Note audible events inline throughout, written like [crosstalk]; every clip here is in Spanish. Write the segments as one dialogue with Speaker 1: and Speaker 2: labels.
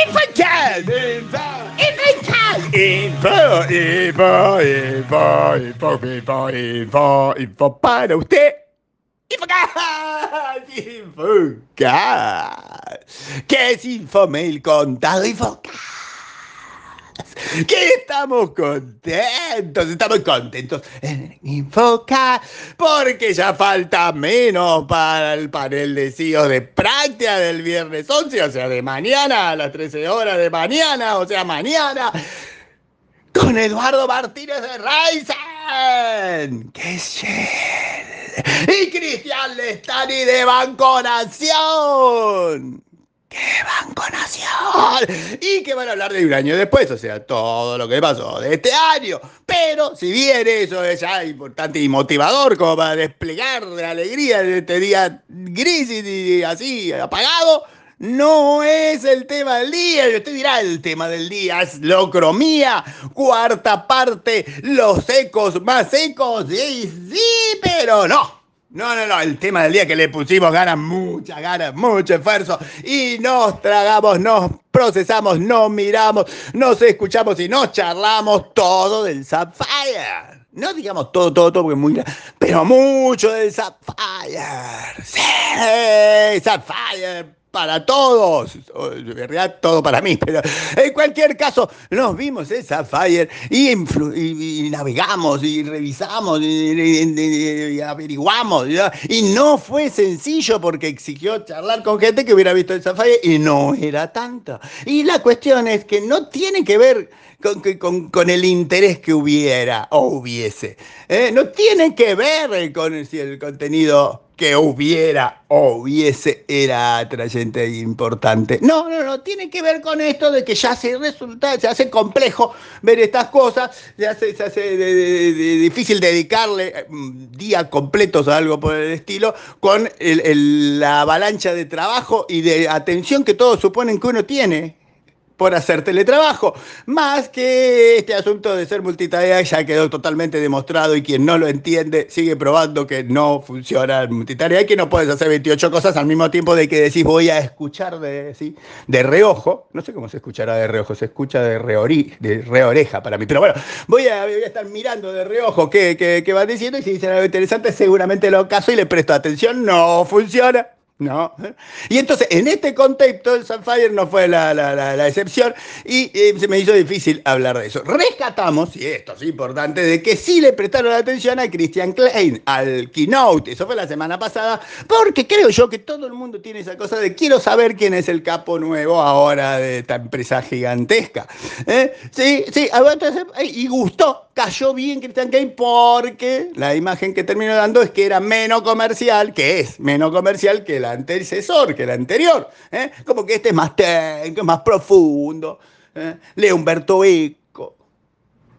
Speaker 1: If I can, if I, if I can, if I, if I, if I, if I, if I, if I, if I, para usted. If I can, if I can. Que es Infomail con tal Infocas. Que estamos contentos, estamos contentos en Infocas porque ya falta menos para el panel de CEOs de práctica del viernes 11, o sea, de mañana a las 13 horas de mañana, o sea, mañana con Eduardo Martínez de Raizen, que es Shell, y Cristian Lestani de Banco Nación. ¡Qué Banco Nación! Y que van a hablar de un año después, o sea, todo lo que pasó de este año. Pero si bien eso es ya importante y motivador como para desplegar de alegría en este día gris y así apagado, no es el tema del día. Y usted dirá, el tema del día es locromía, cuarta parte, los secos más secos. Y sí, pero no. No, no, no, el tema del día que le pusimos ganas, muchas ganas, mucho esfuerzo y nos tragamos, nos procesamos, nos miramos, nos escuchamos y nos charlamos todo del Sapphire. No digamos todo, todo, todo, porque es muy gra- pero mucho del Sapphire. Sí, Sapphire para todos. O, En realidad, todo para mí, pero en cualquier caso, nos vimos en Sapphire y, influ- y- y navegamos y revisamos y, y- y- y averiguamos. ¿ya? Y no fue sencillo porque exigió charlar con gente que hubiera visto el Sapphire y no era tanto. Y la cuestión es que no tiene que ver con, que- con- con el interés que hubiera o hubiese. ¿eh? No tiene que ver eh, con el- si el contenido que hubiera o hubiese era atrayente e importante. No, no, no, tiene que ver con esto de que ya se resulta, se hace complejo ver estas cosas, se hace, se hace de- de- de- difícil dedicarle eh, mm, días completos a algo por el estilo, con el- el- la avalancha de trabajo y de atención que todos suponen que uno tiene por hacer teletrabajo. Más que este asunto de ser multitarea ya quedó totalmente demostrado y quien no lo entiende sigue probando que no funciona el multitarea, que no puedes hacer 28 cosas al mismo tiempo de que decís voy a escuchar de, ¿sí? de reojo, no sé cómo se escuchará de reojo, se escucha de, reori, de reoreja para mí, pero bueno, voy a, voy a estar mirando de reojo qué, qué, qué van diciendo y si dicen algo interesante seguramente lo caso y le presto atención, no funciona. No. Y entonces, en este contexto, el Sunfire no fue la, la- la- la excepción y eh, se me hizo difícil hablar de eso. Rescatamos, y esto es importante, de que sí le prestaron atención a Christian Klein, al keynote. Eso fue la semana pasada, porque creo yo que todo el mundo tiene esa cosa de quiero saber quién es el capo nuevo ahora de esta empresa gigantesca. ¿Eh? Sí, sí, a ver, entonces, eh, y gustó, cayó bien Christian Klein porque la imagen que terminó dando es que era menos comercial, que es menos comercial que el antecesor, que el anterior. ¿eh? Como que este es más técnico, es más profundo. ¿eh? Lee Humberto Eco,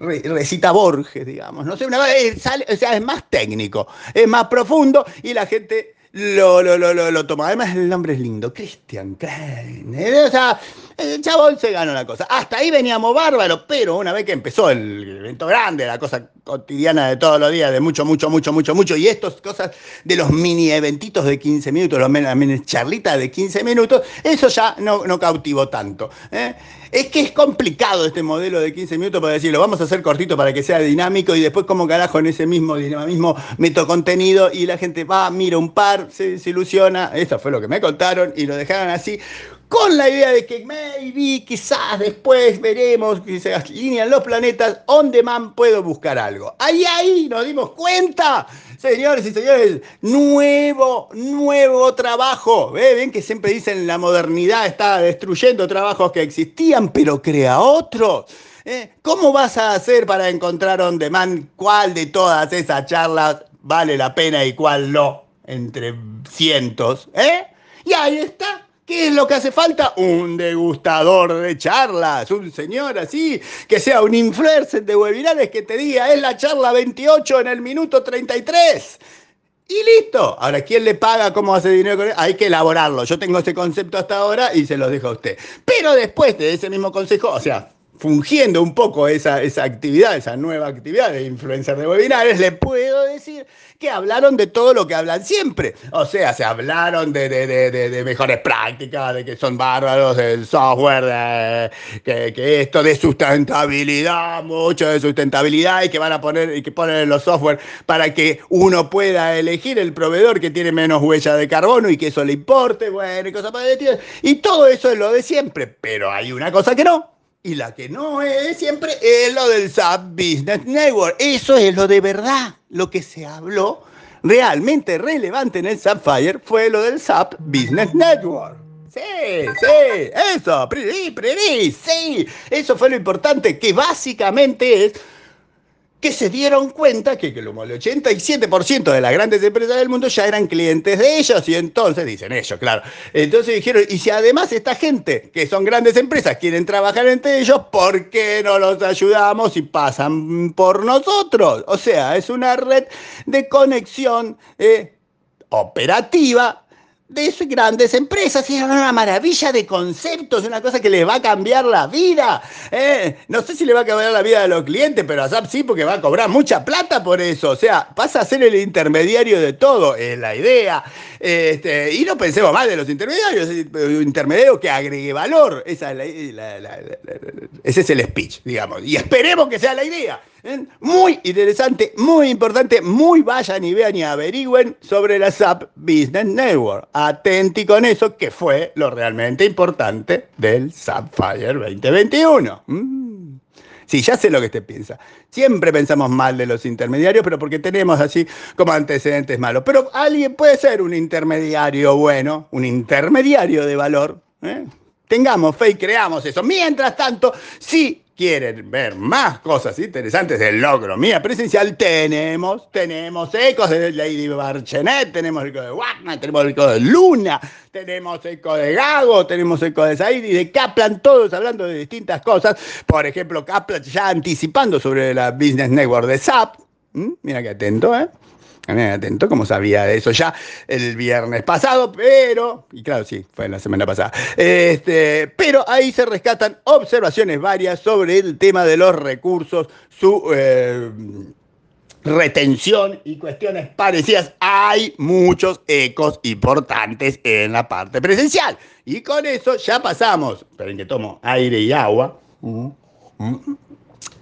Speaker 1: re- recita Borges, digamos. No sé, una cosa, eh, sale- o sea, es más técnico, es más profundo y la gente lo, lo, lo, lo, lo toma. Además, el nombre es lindo, Christian Klein. eh, O sea, el chabón se ganó la cosa. Hasta ahí veníamos bárbaro, pero una vez que empezó el evento grande, la cosa cotidiana de todos los días, de mucho, mucho, mucho, mucho, mucho, y estas cosas de los mini eventitos de 15 minutos, los men- las mini charlitas de 15 minutos, eso ya no, no cautivó tanto. ¿eh? Es que es complicado este modelo de 15 minutos para decirlo, vamos a hacer cortito para que sea dinámico y después como carajo en ese mismo dinamismo meto contenido y la gente va, mira un par, se desilusiona, esto fue lo que me contaron y lo dejaron así, con la idea de que maybe, quizás después veremos que se alinean los planetas, on demand puedo buscar algo. Ahí, ahí, nos dimos cuenta, señores y señores, nuevo, nuevo trabajo. ¿Eh? Ven que siempre dicen la modernidad está destruyendo trabajos que existían, pero crea otros. ¿Eh? ¿Cómo vas a hacer para encontrar on demand cuál de todas esas charlas vale la pena y cuál no? Entre cientos, ¿eh? Y ahí está. ¿Qué es lo que hace falta? Un degustador de charlas, un señor así, que sea un influencer de webinares que te diga, es la charla 28 en el minuto 33. Y listo. Ahora, ¿quién le paga? ¿Cómo hace dinero con él? Hay que este elaborarlo. Yo tengo ese concepto hasta ahora y se los dejo a usted. Pero después de ese mismo consejo, o sea, fungiendo un poco esa, esa actividad, esa nueva actividad de influencer de webinares, le puedo decir que hablaron de todo lo que hablan siempre. O sea, se hablaron de, de, de, de- de mejores prácticas, de que son bárbaros del software, de, que, que esto de sustentabilidad, mucho de sustentabilidad y que van a poner y que ponen en los software para que uno pueda elegir el proveedor que tiene menos huella de carbono y que eso le importe, bueno, y cosas por el estilo. Y todo eso es lo de siempre, pero hay una cosa que no. Y la que no es siempre es lo del SAP Business Network. Eso es lo de verdad, lo que se habló realmente relevante en el Sapphire fue lo del SAP Business Network. Sí, sí, eso, prirí, prirí, sí, eso fue lo importante, que básicamente es que se dieron cuenta que, que como el 87% de las grandes empresas del mundo ya eran clientes de ellos y entonces, dicen ellos, claro, entonces dijeron, y si además esta gente, que son grandes empresas, quieren trabajar entre ellos, ¿por qué no los ayudamos y pasan por nosotros? O sea, es una red de conexión eh, operativa de esas grandes empresas. Es una maravilla de conceptos, una cosa que les va a cambiar la vida. ¿eh? No sé si le va a cambiar la vida a los clientes, pero a SAP sí, porque va a cobrar mucha plata por eso. O sea, pasa a ser el intermediario de todo, es la idea. Este, y no pensemos más de los intermediarios, es un intermediario que agregue valor. Esa es la- la- la- la- la- ese es el speech, digamos. Y esperemos que sea la idea. ¿eh? Muy interesante, muy importante, muy vayan y vean y averigüen sobre la SAP Business Network. Atenti con eso, que fue lo realmente importante del Sapphire 2021. Mm. Sí, ya sé lo que usted piensa. Siempre pensamos mal de los intermediarios, pero porque tenemos así como antecedentes malos. Pero alguien puede ser un intermediario bueno, un intermediario de valor. ¿eh? Tengamos fe y creamos eso. Mientras tanto, si quieren ver más cosas interesantes del logro mía presencial, tenemos, tenemos ecos de Lady Barchenet, tenemos eco de Wagner, tenemos eco de Luna, tenemos eco de Gago, tenemos eco de Said y de Kaplan, todos hablando de distintas cosas. Por ejemplo, Kaplan ya anticipando sobre la Business Network de SAP. ¿Mm? Mira qué atento, ¿eh? También atento, como sabía de eso ya el viernes pasado, pero, y claro, sí, fue la semana pasada, este, pero ahí se rescatan observaciones varias sobre el tema de los recursos, su eh, retención y cuestiones parecidas. Hay muchos ecos importantes en la parte presencial. Y con eso ya pasamos, esperen que tomo aire y agua. Mm, mm.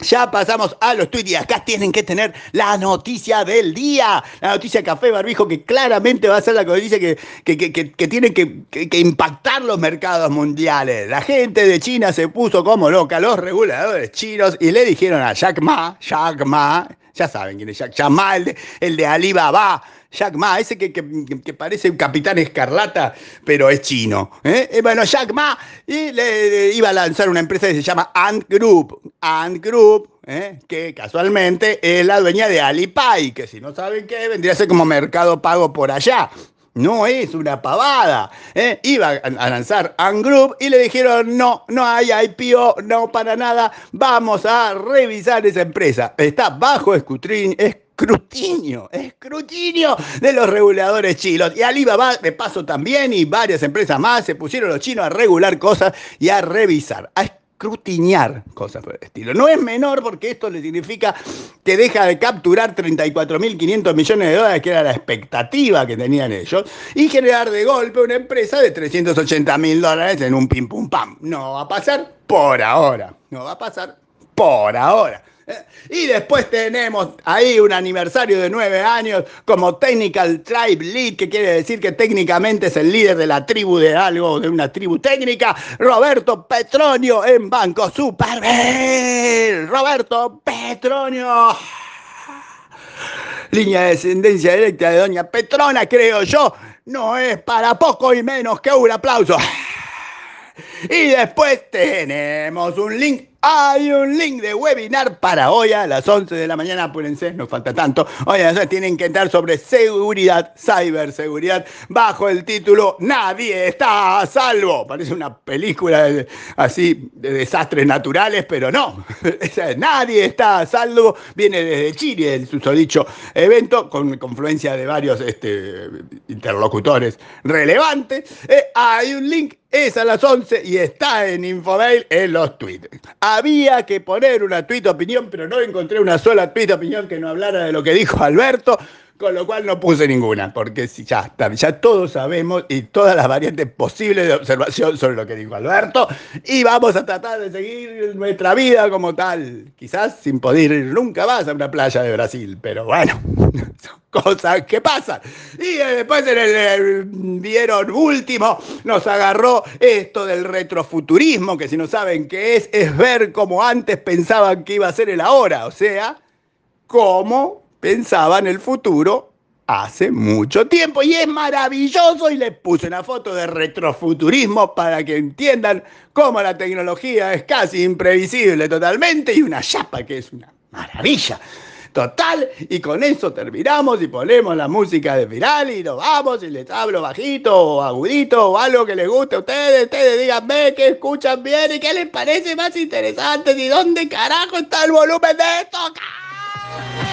Speaker 1: Ya pasamos a los tweets y acá tienen que tener la noticia del día. La noticia Café Barbijo que claramente va a ser la noticia que, que, que- que- que tiene que, que- que impactar los mercados mundiales. La gente de China se puso como loca, los reguladores chinos, y le dijeron a Jack Ma, Jack Ma, ya saben quién es Jack, Jack Ma, el de, el de Alibaba. Jack Ma, ese que, que- que parece un capitán escarlata, pero es chino. ¿eh? Eh, Bueno, Jack Ma y le- le iba a lanzar una empresa que se llama Ant Group. Ant Group, ¿eh? que casualmente es la dueña de Alipay, que si no saben qué, vendría a ser como mercado pago por allá. No es una pavada. ¿eh? Iba a a lanzar Ant Group y le dijeron, no, no hay IPO, no para nada, vamos a revisar esa empresa. Está bajo escutrin- escrutinio, escrutinio de los reguladores chinos. Y Alibaba, de paso también, y varias empresas más, se pusieron los chinos a regular cosas y a revisar. A escrutiñar cosas por el estilo. No es menor porque esto le significa que deja de capturar 34.500 millones de dólares, que era la expectativa que tenían ellos, y generar de golpe una empresa de 380.000 dólares en un pim pum pam. No va a pasar por ahora. No va a pasar por ahora. ¿eh? Y después tenemos ahí un aniversario de nueve años como Technical Tribe Lead, que quiere decir que técnicamente es el líder de la tribu de algo, de una tribu técnica, Roberto Petronio en Banco Superbel. Roberto Petronio línea de descendencia directa de doña Petrona, creo yo, no es para poco y menos que un aplauso. Y después tenemos un link. Hay un link de webinar para hoy a las 11 de la mañana. Apúrense, no falta tanto. Hoy a las 11 tienen que entrar sobre seguridad, ciberseguridad, bajo el título Nadie está a salvo. Parece una película de- así de desastres naturales, pero no. [laughs] Esa es, Nadie está a salvo. Viene desde Chile el susodicho evento con confluencia de varios este, interlocutores relevantes. Eh, hay un link es a las 11 y está en Infobail en los tweets. había que poner una tuita opinión, pero no encontré una sola tuita opinión que no hablara de lo que dijo Alberto, con lo cual no puse ninguna, porque si ya está, ya todos sabemos y todas las variantes posibles de observación sobre lo que dijo Alberto, y vamos a tratar de seguir nuestra vida como tal, quizás sin poder ir nunca más a una playa de Brasil, pero bueno, [laughs] son cosas que pasan. Y eh, después en el, eh, vieron último, nos agarró esto del retrofuturismo, que si no saben qué es, es ver cómo antes pensaban que iba a ser el ahora, o sea, cómo pensaban el futuro hace mucho tiempo. Y es maravilloso y les puse una foto de retrofuturismo para que entiendan cómo la tecnología es casi imprevisible totalmente y una chapa que es una maravilla. Total, y con eso terminamos y ponemos la música de viral y nos vamos y les hablo bajito o agudito o algo que les guste a ustedes. Ustedes díganme qué escuchan bien y qué les parece más interesante y dónde carajo está el volumen de esto. ¡Ca-